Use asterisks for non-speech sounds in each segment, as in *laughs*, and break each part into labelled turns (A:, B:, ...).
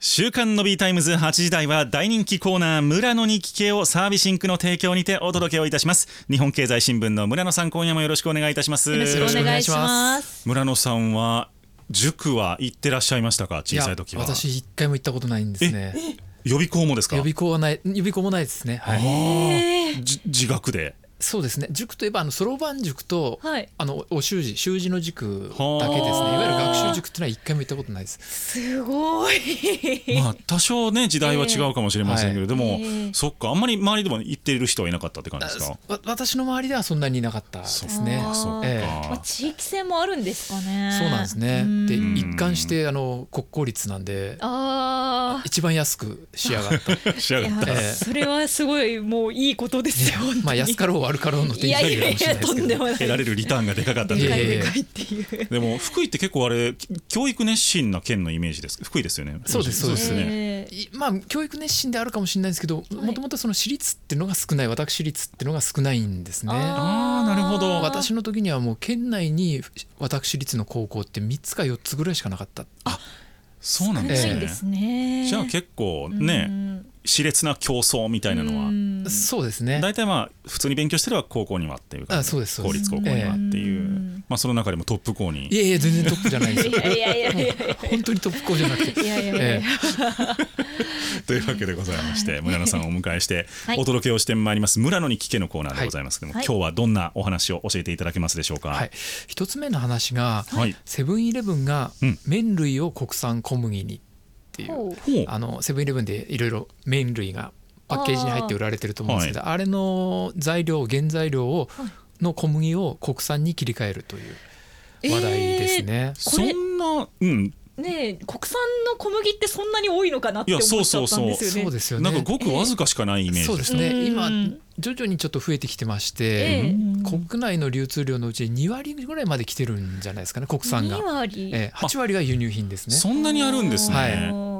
A: 週刊の B タイムズ8時台は大人気コーナー村野に聞けをサービスインクの提供にてお届けをいたします日本経済新聞の村野さん今夜もよろしくお願いいたします
B: よろしくお願いします。
A: 村野さんは塾は行ってらっしゃいましたか小さい時は
C: 私一回も行ったことないんですね
A: 予備校もですか
C: 予備校はない予備校もないですねは
A: あ
C: い
A: ーじ自学で
C: そうですね塾といえばあのそろばん塾と、
B: はい
C: あのお習字習字の塾だけです
A: は
C: ね
A: あ
C: いわゆる学習塾っていうのは一回も行ったことないです
B: すごい。
A: まあ多少ね時代は違うかもしれませんけど、
C: ええ
A: でも、
B: ええ
A: そっかあんまり周りでも行っている人はいなかったって感じですか
C: あわ私の周りではそんなにいなかったですね
B: そっか
A: そっか、
C: ええ
B: *laughs*
A: *laughs*
B: まあ、地域性もあるんですかね。
C: そうなんですねで
B: うん
C: 一貫してあの国公立なんで
B: ああ。
C: 一番安く仕上がった
A: 仕上
B: *laughs* い
A: が
B: や
A: *laughs* った
C: ええ
B: それはすごいもういいことですよ。本当に
C: *laughs* まあ安かろう悪かろうの
B: い
C: 定
B: や
C: 義
B: いやいや
C: かもしれないで
B: と
C: すけ
B: ん
C: ど
B: でもない。
A: 得られるリターンがでかかったん
B: で
A: じゃ
B: か
A: ない
C: いや
B: で
C: や
B: かいっていう。
A: でも福井って結構あれき教育熱心な県のイメージです福井ですよね
C: そうですそうです
A: ね、
B: ね。
C: いまあ教育熱心であるかもしれないですけど
B: い
C: もともとその私立っていうのが少ない私立っていうのが少ないんですね。
A: あーなるほど
C: 私の時にはもう県内に私立の高校って3つか4つぐらいしかなかった
A: そうなんで
B: 少
A: す
B: ない
A: ね、
B: ですね。
A: じゃあ結構
B: う
A: ね
B: ん
A: 熾烈な競争みたいなのは
B: うん
C: そうですね
A: 大体まあ普通に勉強してれば高校にはっていうか
C: あそうですそう
A: 公
C: で
A: 立
C: す
A: 高校にはっていう、
B: うん
A: まあその中でもトップ校に
C: いやいや全然トップじゃないで
B: *laughs*
C: す
B: い
C: よ
B: やいやいやいや。
C: 本当にトップ校じゃ
B: *laughs*
C: なくて
B: いやいやいや
C: え
A: というわけでございま
C: *laughs*
A: して村野さんをお迎えして
B: はい
A: お届けをしてまいります村野に聞けのコーナーでございますけども、
B: はい
A: 今日はどんなお話を教えていただけますでしょうか、
C: えはい、一つ目の話が
A: はい
C: セブンイレブンが
A: うん
C: 麺類を国産小麦にっていう
B: ほう
A: ほう
C: あのセブンイレブンでいろいろ麺類がパッケージに入って売られてると思うんですけどあ,、れの材料原材料をの小麦を国産に切り替えるという話題ですね。
A: そんなうん
B: ねえ国産の小麦ってそんなに多いのかなって
A: い
B: 思
A: や
B: っちゃったんですよね。
C: そうですよね。
A: なんかごくわずかしかないイメージです
C: そう
A: ね
C: ですね、
B: うん
C: 今徐々にちょっと増えてきてまして、
B: え
C: 国内の流通量のうち2割ぐらいまで来てるんじゃないですかね国産が
B: 2、割、
C: ええ、8割が輸入品ですね
A: そんなにあるんですね、
B: は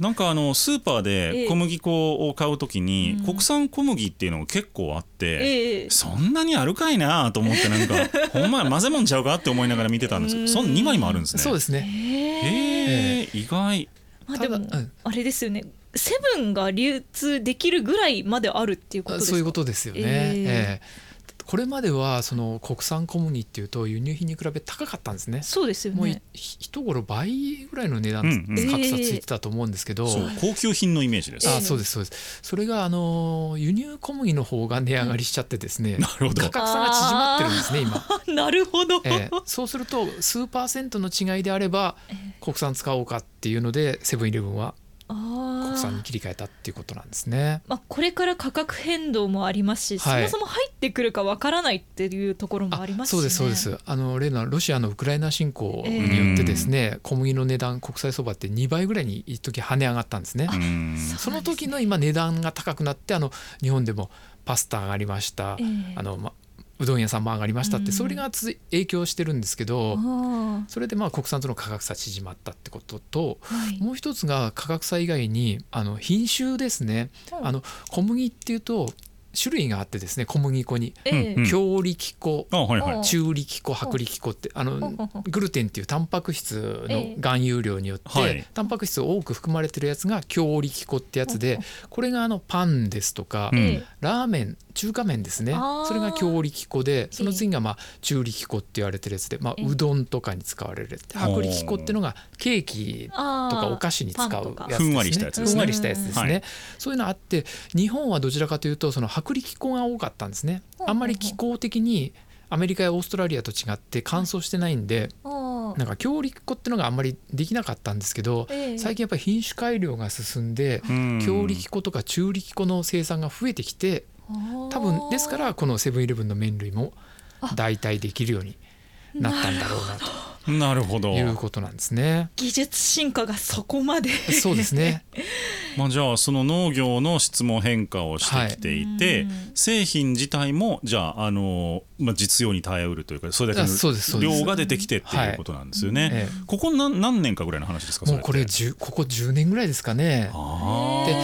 B: い
A: なんかあのスーパーで小麦粉を買うときに
B: ええ
A: 国産小麦っていうのが結構あって、
B: ええ
A: そんなにあるかいなと思ってなんかほんまや混ぜもんちゃうかって思いながら見てたんですけどその2枚もあるんですね
C: そうですね
A: へえ意外
B: まあでも、
C: ただうん
B: あれですよねセブンが流通できるぐらいまであるっていうこと
C: あ
B: ですか
C: そういうことですよね、
B: え
C: え
B: え
C: えこれまではその国産小麦っていうと輸入品に比べて高かったんですね
B: そうですよ
C: もうい
B: ね
C: 一頃倍ぐらいの値段、
A: うんうん
C: 格差ついてたと思うんですけど、
A: そう高級品のイメージです、
B: ええ
C: あそうですそうですそれがあのー輸入小麦の方が値上がりしちゃってですね、
A: なるほど
C: 価格差が縮まってるんですね今、
B: あなるほど、
C: ええそうすると数パーセントの違いであれば国産使おうかっていうのでセブンイレブンは
B: あ
C: 国産に
B: ー
C: 切り替えたっていうことなんですね
B: まあこれから価格変動もありますし、
C: はい
B: そもそも入ってくるかわからないっていうところもありますし、
C: そ
B: ね、
C: うですそうですあの例のロシアのウクライナ侵攻
B: ええ
C: によってですね、小麦の値段国際相場って2倍ぐらいに一時跳ね上がったんですね
A: うん
C: その時の今値段が高くなってあの日本でもパスタ上がりました、
B: ええ
C: あのま、うどん屋さんも上がりましたって、
B: うん
C: それがつい影響してるんですけ
B: あ
C: ど、
B: ー
C: それでまあ国産との価格差縮まったってことと
B: はい
C: もう一つが価格差以外にあの品種ですね、
B: うん
C: あの小麦っていうと種類があってですね小麦粉に
B: ええ
A: うん
C: 強力粉、
A: あはいはい
B: お
C: 中力粉薄力粉ってあ
B: ほうほう
C: の
B: ほう
C: グルテンっていうタンパク質
B: ええ
C: の含有量によって、
A: はい
C: タンパク質を多く含まれてるやつが強力粉ってやつでこれがあのパンですとか、
A: うん
B: え
C: ラーメン中華麺ですね
B: あー
C: それが強力粉でその次がまあ中力粉って言われてるやつで、まあ、
B: ええ
C: うどんとかに使われるで
A: ほう
C: 薄力粉っていうのがケーキ
B: あー
C: とかお菓子に使うやつ
B: パンと
C: で
B: か
C: すね
A: ふんわりしたやつですね
C: ふんわりしたやつですね、
A: うんはい
C: そういうのあって日本はどちらかというとその薄力粉が多かったんですね
B: ほうほうほう
C: あんまり気候的にアメリカやオーストラリアと違って乾燥してないんで
B: あー
C: なんか強力粉っていうのがあんまりできなかったんですけど
B: ええ
C: 最近やっぱり品種改良が進んで
A: うん
C: 強力粉とか中力粉の生産が増えてきて多分ですからこのセブンイレブンの麺類も代替できるようになったんだろうな
A: なるほど
C: ということなんですね。
B: 技術進化がそこまで
C: そうで
A: *laughs*
C: すね。
A: まあ、じゃあその農業の質も変化をしてきていて、
B: はい
A: 製品自体もじゃああの、まあ、実用に耐えうるというかそれだけ
C: あそうですそ
A: の
C: うです
A: 量が出てきてっていうことなんですよ
C: はい
A: ね
C: え。
A: ここ何何年かぐらいの話ですかそ
C: も
A: れ
C: う
A: って
C: これ10ここ10年ぐらいですかね。
A: あ
C: で
B: へ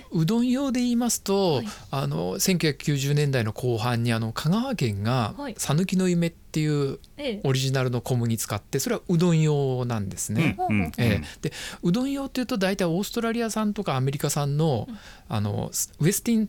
C: あのうどん用で言いますと、あの1990年代の後半にあの香川県が
B: はい
C: 「さぬきの夢」っっていう
B: ええ
C: オリジナルの小麦使ってそれはうどん用なんですね。
A: うんうん
C: ええでうどん用っていうと大体オーストラリア産とかアメリカ産の,、あのスウェスティン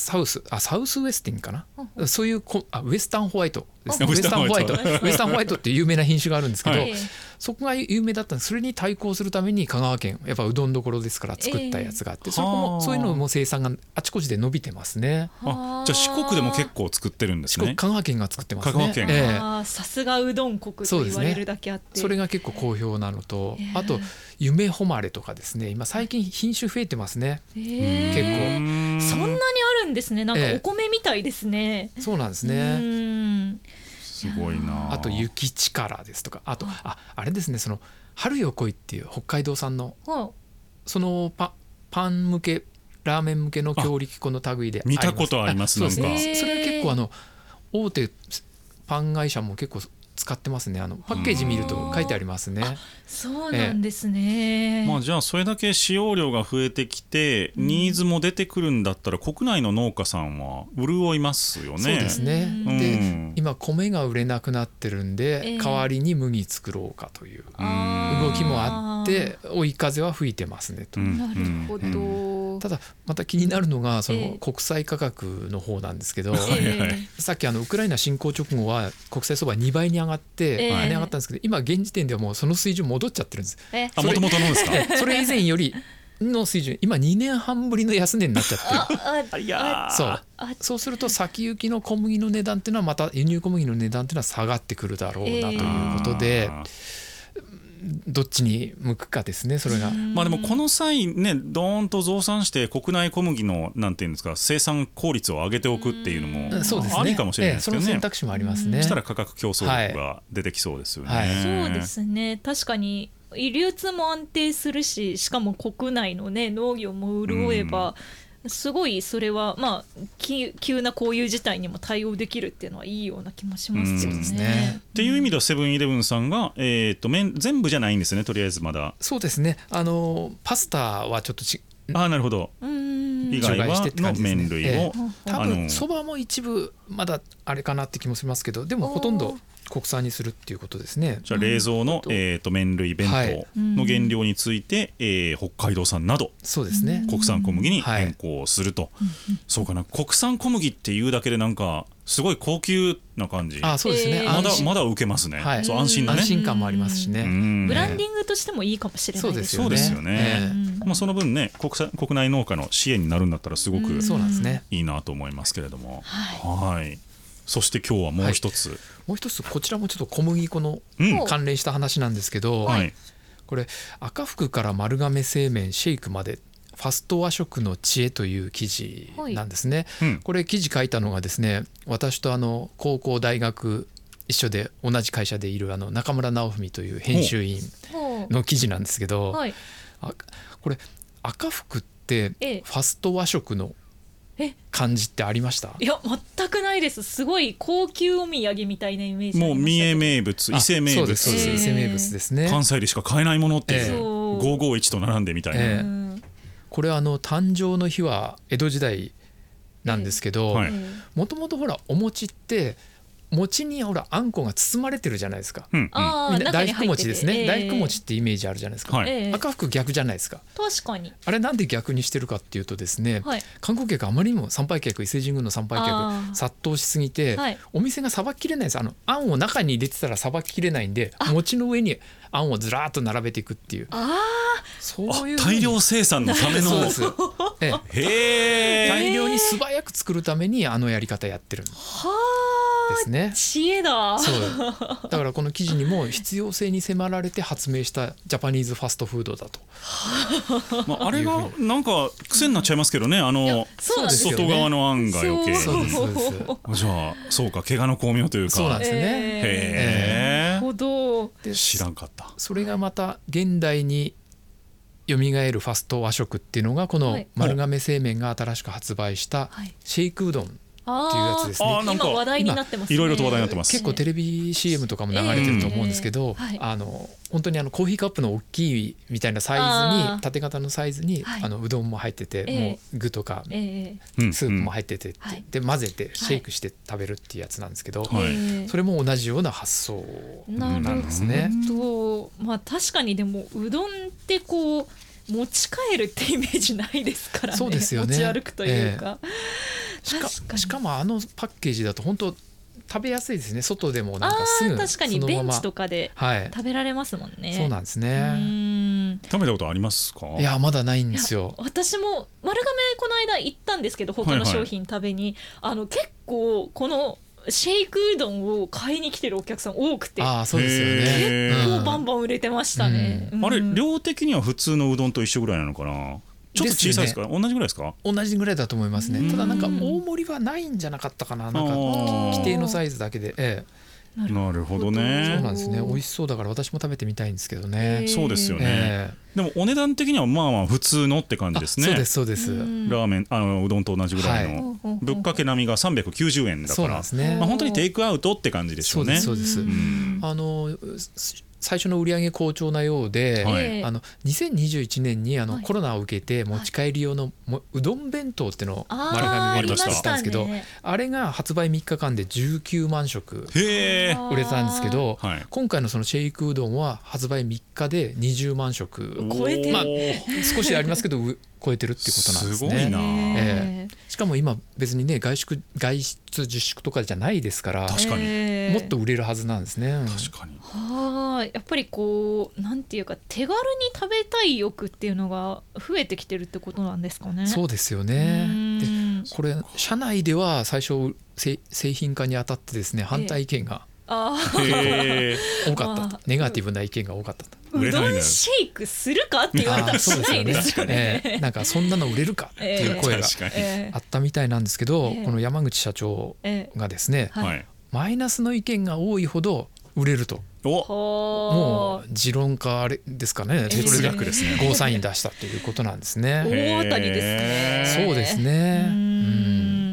C: サウスあサウスウェスティンかな、そういうこあウェスタンホワイトですね
A: あ
C: ウェスタンホワイト
A: ウ
C: ウェスタンホワイトっていう有名な品種があるんですけど、
A: はい
B: ええ
C: そこが有名だったんですそれに対抗するために香川県やっぱうどんどころですから作ったやつがあっ
A: え
C: て、
A: え
C: そこ
A: はあ
C: もそういうのも生産があちこちで伸びてますね
A: あじゃあ四国でも結構作ってるんです
C: 四国
A: ね。
C: 香川県が作ってますね
A: 香川県が
C: ええ
B: あーさすがうどん国
C: そ
B: と
C: う
B: 言
C: です
B: わ
C: ね
B: れるだけあって
C: それが結構好評なのと、
B: ええ
C: あと夢誉れとかですね今最近品種増えてますね
B: ええ
C: 結構
A: うん
B: そんなにあるんですねなんか
C: ええ
B: お米みたいですね、
C: そうなんです
B: う
C: ね、
B: ーん
A: すごいな。
C: あと雪力ですとかあとああれですねその春よ来いっていう北海道産の
B: は
C: そのパパン向けラーメン向けの強力粉の類で
A: あ見たことあります
C: そうです
B: なんか
C: ねそれは結構あの大手パン会社も結構使ってますねあのパッケージ見ると書いてありますね
B: そうなんですね、
A: まあ、じゃあそれだけ使用量が増えてきてニーズも出てくるんだったら国内の農家さんは潤いますよね。
C: そうですね
A: うん
C: で今米が売れなくなってるん
B: え
C: で
B: え
C: 代わりに麦作ろうかという
B: あー
C: 動きもあって追い風は吹いてますねと
A: うん
B: なるほど、
C: ただまた気になるのがそ
B: え
C: の
B: え
C: 国際価格の方なんですけど、
A: はいはい
B: え
C: さっきあのウクライナ侵攻直後は国際相場2倍に上がっ
B: え
C: て
B: え
C: 跳ね上がったんですけど、今現時点ではもうその水準戻っちゃってるんです。
B: *laughs* ええ
A: あもともとのですか
C: それ以前よりの水準今2年半ぶりの安値になっちゃってる。
B: *laughs* あ
A: あいやー
C: そう
B: あ
C: そうすると先行きの小麦の値段っていうのはまた輸入小麦の値段っていうのは下がってくるだろうなと
B: ええ
C: いう
A: あー
C: ことで、どっちに向くかですねそれが。
A: まあでもこの際ねどーんと増産して国内小麦のなんていうんですか生産効率を上げておくっていうのも
B: うん
C: そうですね。
A: ありかもしれないですけど
C: ええ
A: ね
C: その選。択肢もあります
B: う
C: ね。
A: そしたら価格競争力が出てきそうですよね。
C: はい
B: そうですね確かに流通も安定するししかも国内のね農業も潤えば、すごいそれはまあき急なこういう事態にも対応できるっていうのはいいような気もしますよ
A: うんそうです
B: ね
C: ね。
A: っていう意味ではセブンイレブンさんが、えー、と麺全部じゃないんですねとりあえずまだ。
C: そうですね。あのパスタはちょっとち
A: ああなるほど。
B: うん
A: 以外
C: 除外し
A: は
C: てって
A: の
C: 感じですね
A: 麺類
C: え
A: を、
B: え
C: 多
A: あの
C: 分そばも一部まだあれかなって気もしますけどでも
B: おー
C: ほとんど国産にするっていうことですね
A: じゃあ冷蔵の、えー、と麺類弁
C: はい
A: 当の原料について、えー北海道産など
C: そうですね
A: 国産小麦に
C: はい
A: 変更すると、そうかな国産小麦っていうだけでなんかすごい高級な感じ
C: あそうです
B: え
C: ね
B: ー
A: ま
C: 安
A: だ
C: 心
A: まだ受けますね、
C: はい
A: そう安心だね
C: 安心感もありますし
A: う
C: ね
A: ん
B: ブランディングとしてもいいかもしれな
C: そ
B: いう
C: で
B: です
C: す
A: そ
B: よ
C: よ
A: う
C: ね
A: ですよね
C: え
A: まあ、その分ね国産国内農家の支援になるんだったらすごく
C: えそうなんですね
A: いいなと思いますけれども、
B: は
A: はいそして今日はもう一つ、
C: もう一つこちらもちょっと小麦粉の
A: うん
C: 関連した話なんですけど、
A: はい
C: これ赤福から丸亀製麺シェイクまでファスト和食の知恵という記事なんですね、
A: うん
C: これ記事書いたのがですね私とあの高校大学一緒で同じ会社でいるあの中村直文という編集員
B: ほう
C: の記事なんですけど、
B: はい
C: あこれ赤福ってフ
B: ええ
C: ァスト和食の
B: え
C: 感じってありました
B: いや全くないですすごい高級お土産みたいなイメージあ
A: もう
B: りまし
A: 三
B: たけ
A: 重
B: ど
A: 名物伊
C: あ
A: 勢名
C: そ
A: 物
C: うですそうです
B: ええ
C: 伊勢名物ですね、
A: 関西でしか買えないものっていう、
C: ええ
A: 551と並んでみたいな、
C: え
B: うん
C: これあの誕生の日は江戸時代なんですけど、
A: ええはい
C: もともとほらお餅って餅にほらあんこが包まれてるじゃないですか、
A: うんうん
B: あ
C: み
B: あ
C: んな大福餅ですね、大福餅っ
B: え
C: てイメージあるじゃないですか、
A: はい
B: え
C: 赤福逆じゃないですか
B: 確かに
C: あれなんで逆にしてるかっていうとですね、
B: はい
C: 観光客あまりにも参拝客伊勢神宮の参拝
B: あー
C: 客殺到しすぎて、
B: はい
C: お店がさばききれないんですあのあんを中に入れてたらさばききれないんで餅の上にあんをずらーっと並べていくっていう
B: あ
C: そういう
A: あ大量生産のための
C: *laughs* そうです、ええ
A: へえ
C: 大量に素早く作るためにあのやり方やってるんで
B: あはあ
C: すね。
B: 知恵だ
C: そうだからこの記事にも必要性に迫られて発明したジャパニーズファストフードだと
A: まあ、あれがなんか癖になっちゃいますけどねあの
B: そうなんですよ
A: 外側のあんが余計
B: そう
C: そうですそうです
A: じゃあそうか怪我の巧妙というか
C: そうなんですよね。
B: え
A: へ
B: ーほど
A: え
C: で
A: 知らんかった
C: それがまた現代に蘇るファスト和食っていうのがこ
B: は
C: の
B: い
C: 丸亀製麺が新しく発売した
B: はい
C: シェイクうどん
B: あ
C: っていうやつ
B: ー
C: ですね
A: あーなんか
B: 今話題になってますね。
A: いろいろと話題になってます
C: 結構テレビ CM とかも流れてると思うんですけど、
B: ええはい
C: あの本当にあのコーヒーカップの大きいみたいなサイズ
B: あ
C: に
B: ー
C: 縦型のサイズに、
B: はい
C: あのうどんも入って
B: え
C: て、
B: え
C: もう具とか
B: ええ
A: うん
C: スープも入ってて、
B: はい
C: で混ぜてシェイクして食べるっていうやつなんですけど、
A: はい
B: ええ
C: それも同じような発想
B: な
C: な
B: る
C: んですね。
B: ほど。まあ確かにでもうどんってこう持ち帰るってイメージないですからね。
C: そうですよね
B: 持ち歩くというか。
C: しか
B: 確かに
C: しかもあのパッケージだと本当食べやすいですね外でもなん
B: あ
C: かす
B: あ
C: ぐ
B: 確かに
C: その
B: ベ
C: ま
B: ン
C: ま
B: チとかで
C: はい、
B: 食べられますもんね。
C: そうなんです
B: う
C: ね。
B: ーん
A: 食べたことありますか
C: いやまだないんですよ。
B: 私も丸亀この間行ったんですけど他
A: はい
B: の
A: はい
B: 商品食べに、あの結構このシェイクうどんを買いに来てるお客さん多くて
C: ああそうですよ
A: へ
C: ね。
A: ー
B: も
C: う
B: うんバンバン売れてましたね、うん
A: あれ量的には普通のうどんと一緒ぐらいなのかなちょっと小さいですか同じぐらいですか
C: 同じぐらいだと思います
A: う
C: ね。
A: ん
C: ただなんか大盛りはないんじゃなかったかな。なんか
A: あー
C: 規定のサイズだけで、え
A: なるほど
C: え、
A: ね
C: そうなんですね。美味しそうだから私も食べてみたいんですけど
B: へ
C: ね
B: ー。
A: そうですよね、
C: ええ
A: でもお値段的にはまあまあ普通のって感じ
C: あ
A: ですね
C: そうですそうです。
B: うん
A: ラーメンあのうどんと同じぐらい
C: は
A: の、
B: ほうほうほう
A: ぶっかけ並みが390円だか
C: そう
A: ら
C: なんです
A: まあ、
C: ね。
A: 本当にテイクアウトって感じです
C: そ
A: よ
C: うで
A: ね
C: すそうです。
A: ん
C: あのす最初の売り上げ好調なようで。
A: はい
B: ええ
C: あの2021年にあ
B: は
C: の、
B: い
C: コロナを受けて持ち帰り用のもうどん弁当ってのを
B: あ
C: 丸
B: ー
A: あ
C: 亀
A: りま
C: 弁当
A: した
C: 出したんですけどあ,、
B: ね
C: れが発売3日間で19万食
A: へえ
B: あー
C: 売れたんですけど、
A: はい
C: 今回のそのシェイクうどんは発売3日で20万食
B: 超えてる
A: まあ
C: 少しありますけどう超えてるってことなんですね。
A: すごいな
B: ええ
C: しかも今別にね外食外出自粛とかじゃないですから
A: 確かに
B: ええ
C: もっと売れるはずなんですね。
A: 確かに
B: はあやっぱりこうなんていうか手軽に食べたい欲っていうのが増えてきてるってことなんですかね。
C: そううですよ
B: ん
C: ね。でこれ社内では最初製製品化にあたってですね反対意見が
B: あー
A: へえ
C: 多かったと、
B: あ
C: ネガティブな意見が多かったと。
A: 売
B: う
A: れない
B: ど
A: のよ
B: んシェイクするかって言われた
C: あー
B: らしないですよ *laughs* ね。
C: ええなんかそんなの売れるかっていう *laughs* 声が
A: 確かに、
B: ええ
C: あったみたいなんですけど、
B: ええ
C: この山口社長
B: ええ
C: がですね、
B: はい
A: はい
C: マイナスの意見が多いほど売れると
A: お
B: ほ
C: もう持論家あれですかね
A: 哲学ですね
C: ゴーサイン出したということなんです
B: う *laughs*
C: ね。
B: 大当たりですね
A: へ。ー
C: そうです
B: う
C: ね。う
B: ん。
C: ん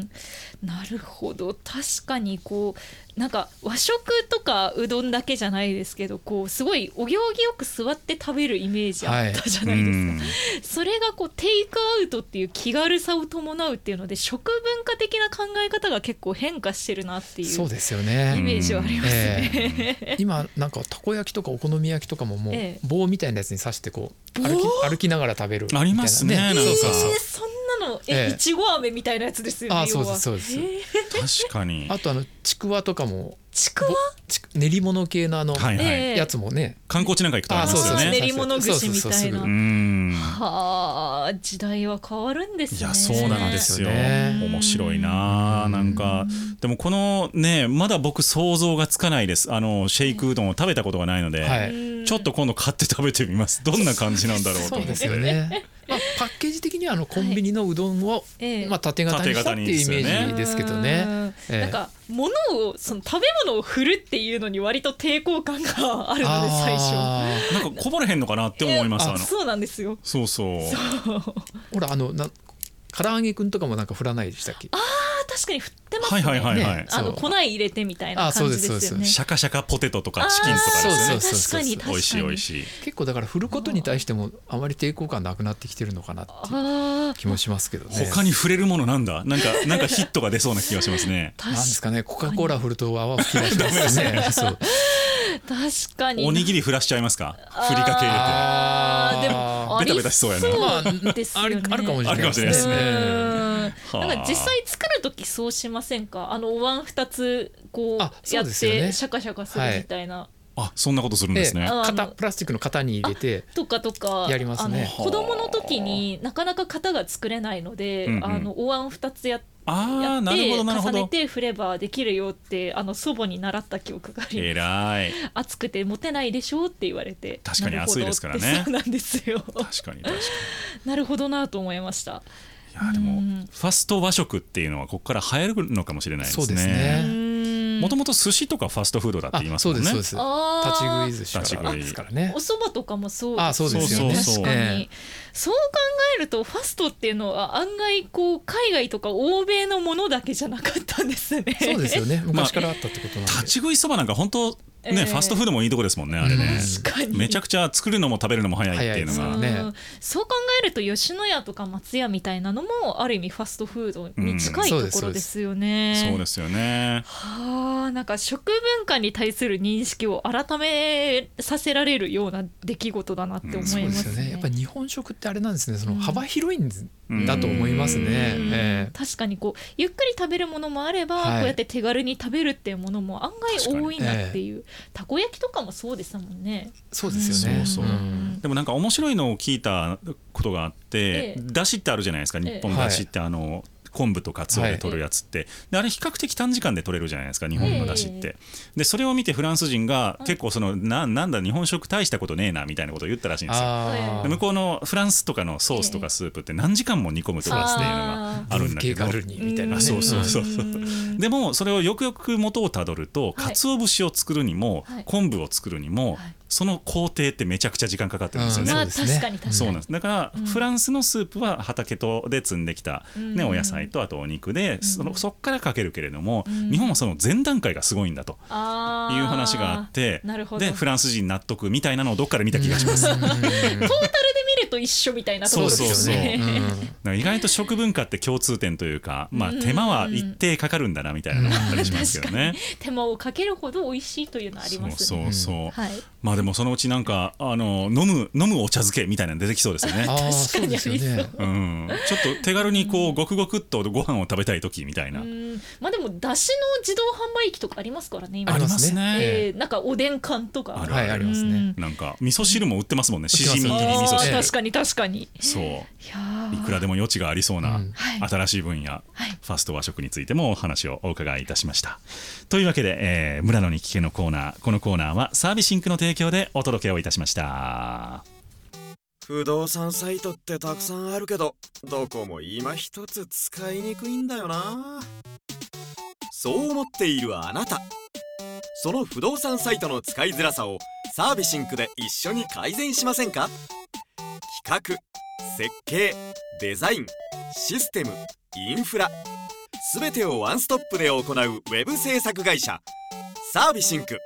B: なるほど確かにこうなんか和食とかうどんだけじゃないですけどこうすごいお行儀よく座って食べるイメージあったじゃないです
A: う
B: か、
A: ん
B: それがこうテイクアウトっていう気軽さを伴うっていうので食文化的な考え方が結構変化してるなっていう
C: そうですよ
B: イ
C: ね。
B: メージはありますね。 *laughs*
C: *laughs* ええ今なんかたこ焼きとかお好み焼きとかももう
B: ええ
C: 棒みたいなやつに刺してこう歩き歩きながら食べるみたいな
A: ありますねなんか
B: えー
C: そうそう
B: そんなのえ
C: ええ
B: いちご飴みたいなやつですよね。
C: あ
B: 要
C: そう
B: は
C: ですそうです
B: えー
A: 確かに
C: あとあのちくわとかも
B: ちくわ
C: ぼちく練り物系のあの
A: はいはい、
B: ええ
C: やつもね、
A: 観光地なんか行くとあり
C: あ
A: ま
C: そう
A: す
C: そ
A: よ
C: う
A: ね
B: 練り物串みたいな
C: そうそうそうすぐ
A: うーん
B: はあ時代は変わるんですね。
A: いやそうなんですよ、
C: そうなんで
B: よね
C: す
A: 面白いなあ
C: うん
A: なんかでもこのねまだ僕想像がつかないですあのシェイクうどんを食べたことがないので、
C: は
B: う
C: い、
B: ん
A: ちょっと今度買って食べてみますどんな感じなんだろうと
C: そ
A: 思
C: う
A: って
C: ですよね。まあパッケージ的にはあのコンビニのうどんを、
B: ええ
C: まあ縦型にしたっていうイメージですけど
B: う
C: ね。
B: ん
C: ええ
B: なんか物をその食べ物を振るっていうのに割と抵抗感があるので最初。
C: あー
A: なんかこぼれへんのかなって思いますあの
B: そうなんですよ。
A: そうそう
C: ほらあのな唐揚げくんとかもなんか振らないでしたっけ？
B: あ確かに振ってます
A: は
B: ね。
A: いはいはいはい、
C: ね
B: あの
C: そう
B: 粉入れてみたいな感じですよね。
C: あそうですそうです
A: シャカシャカポテトとか
B: あー
A: チキンとかです
C: そ
A: ね
C: うそう
B: 確かに確かに。
A: 美味しい美味しい
C: 結構だから振ることに対してもあまり抵抗感なくなってきてるのかなっていう
B: ああ
C: 気もしますけどね。
A: 他に触れるものなんだなん
B: *laughs*
A: かなんかヒットが出そうな気がしますね
C: なんです
B: 確
C: かねコカ・コーラ振ると泡吹き出しますね。そう
B: 確かに。
A: おにぎり振らしちゃいますかふりかけ入
B: あーでも
C: あ
B: あ
A: ーベ
B: り
A: タベタしそうやな
B: そうですよね。
C: まああるあるかもし
A: れて
C: れ
A: あるかもしれないですね
B: うん
A: はあ
B: なんか実際作る時そうしませんかあのお椀二つこう
C: あそ
B: や
C: う
B: っ
C: ですよね
B: てシャカシャカするみたいな、
A: あそんなことするんですね、
B: ええあ
C: 型プラスチックの型に入れて
B: とかとか
C: やりますね
B: あの子供の時になかなか型が作れないので、
A: うんうん
B: あのお椀二つやって
A: あ
B: や
A: あ
B: っ
A: なる
B: て
A: ほどなる
B: 重
A: ほ
B: ね
A: ど
B: て振ればできるよってあの祖母に習った記憶があります
A: えらい
B: 熱くて持てないでしょうって言われて
A: 確かに
B: なるほど
A: 暑いですからね
B: ってそうなんですよ *laughs*
A: 確かに確かに
B: なるほどなと思いました
A: いやでも
B: うん
A: ファスト和食っていうのはここから流行るのかもしれないですね
C: そうですね
B: うーんん
A: もともと寿司とかファストフードだって
C: あ
A: 言います
C: そ
A: も
C: うんで
A: ね
C: すそうです立
B: あ
C: ち食
B: ー
C: い寿司からですからね
B: お蕎麦とかもそう
C: あそうですよね
B: 確かに、
C: ええ
B: そう考えるとファストっていうのは案外こう海外とか欧米のものだけじゃなかったんですね
C: そうですよね
A: まあ
C: 昔からあったってことなんで、
A: 立ち食いそばなんか本当ね、
B: *laughs* ええ
A: ファストフードもいいとこですもんねあれね、
B: 確かに
A: めちゃくちゃ作るのも食べるのも早いっていうの
C: 早い
A: が
C: ですね
B: うんそう考えると吉野家とか松屋みたいなのもある意味ファストフードに近いと
C: うん
B: こ
C: そう
B: ろ
C: で
B: ですすよね。
A: そうですよね
B: はあなんか食文化に対する認識を改めさせられるような出来事だなって思いま
C: そ
B: す
C: うで
B: ね。
C: すよねやっぱり日本食ってあれなんですねその
B: うん
C: 幅広いんです
A: うん
C: だと思いますね
B: うん
C: ええ
B: 確かにこうゆっくり食べるものもあれば、
C: はい
B: こうやって手軽に食べるっていうものも案外多いなっていう、たこ焼きとかもそうですもんね。
C: そうですよね
A: そうそうんでもなんか面白いのを聞いたことがあって、
B: ええ
A: だしってあるじゃないですか日本
C: ええ
A: だしってあの、昆布とかつおで取るやつって、であれ比較的短時間で取れるじゃないですか日本のだしって、でそれを見てフランス人が結構その、ななんだ日本食大したことねえなみたいなことを言ったらしいんですよ
C: あ
A: で
C: ー
A: 向こうのフランスとかのソースとかスープって何時間も煮込むとかっていうのがあるんだけど
C: ブーケガルニみたいな
A: あ
C: ね
A: そうそうそうそう
B: うん
A: でもそれをよくよく元をたどると
B: はい
A: 鰹節を作るにも
B: はい
A: 昆布を作るにも
B: はい
A: その工程ってめちゃくちゃ時間かかってるんですよね
B: ま。あ
C: そうです
B: 確
C: ね
B: かに確かに。
A: そうなんですだから、
B: うん
A: フランスのスープは畑とで摘んできた、ね
B: うん
A: お野菜とあとお肉で、そのそっからかけるけれども、
B: うん
A: 日本はその前段階がすごいんだと
B: あー
A: いう話があって
B: なるほど
A: でフランス人納得みたいなのをどっかで見た気がします。だか
B: トータルで見ると一緒みたいなところです
A: そう
B: よ
A: そうそう
B: ね。
A: ら意外と食文化って共通点というか、まあ、
B: うん
A: 手間は一定かかるんだなみたいなのがあったりしますけどね。
B: 手間をかけるほど美味しいというのあり
A: そ
B: ま
A: う
B: す
A: そ
B: ね。
A: うそう、
B: はい。
A: まあでもそのうちなんかあの飲む飲むお茶漬けみたいなの出てきそうですよ
B: *laughs*
A: ね。
C: あー
B: 確かにありそう
C: そうですよね
A: うん、ちょっと手軽にこうごくごくっとご飯を食べたい時みたいな、
B: うんまあでも出汁の自動販売機とかありますからね。今
A: ありますね
B: えーなんかおでん缶とか。
A: ある
C: はいありますね
A: なんか味噌汁も売ってますもんねし
C: てます
A: じみ
B: あ
A: 入り味噌
B: ー
A: 汁、
B: 確かに確かに。い
A: そう
B: やー
A: いくらでも余地がありそうな
C: うん
B: はい
A: 新しい分野、
B: はい
A: ファスト和食についてもお話をお伺いいたしましたというわけで、えー村野に聞けのコーナーこのコーナーはサービスインクの提供でお届けをいたしました
D: 不動産サイトってたくさんあるけどどこも今一つ使いにくいんだよなそう思っているあなたその不動産サイトの使いづらさをサービシンクで一緒に改善しませんか企画設計デザインシステムインフラすべてをワンストップで行うウェブ制作会社サービシンク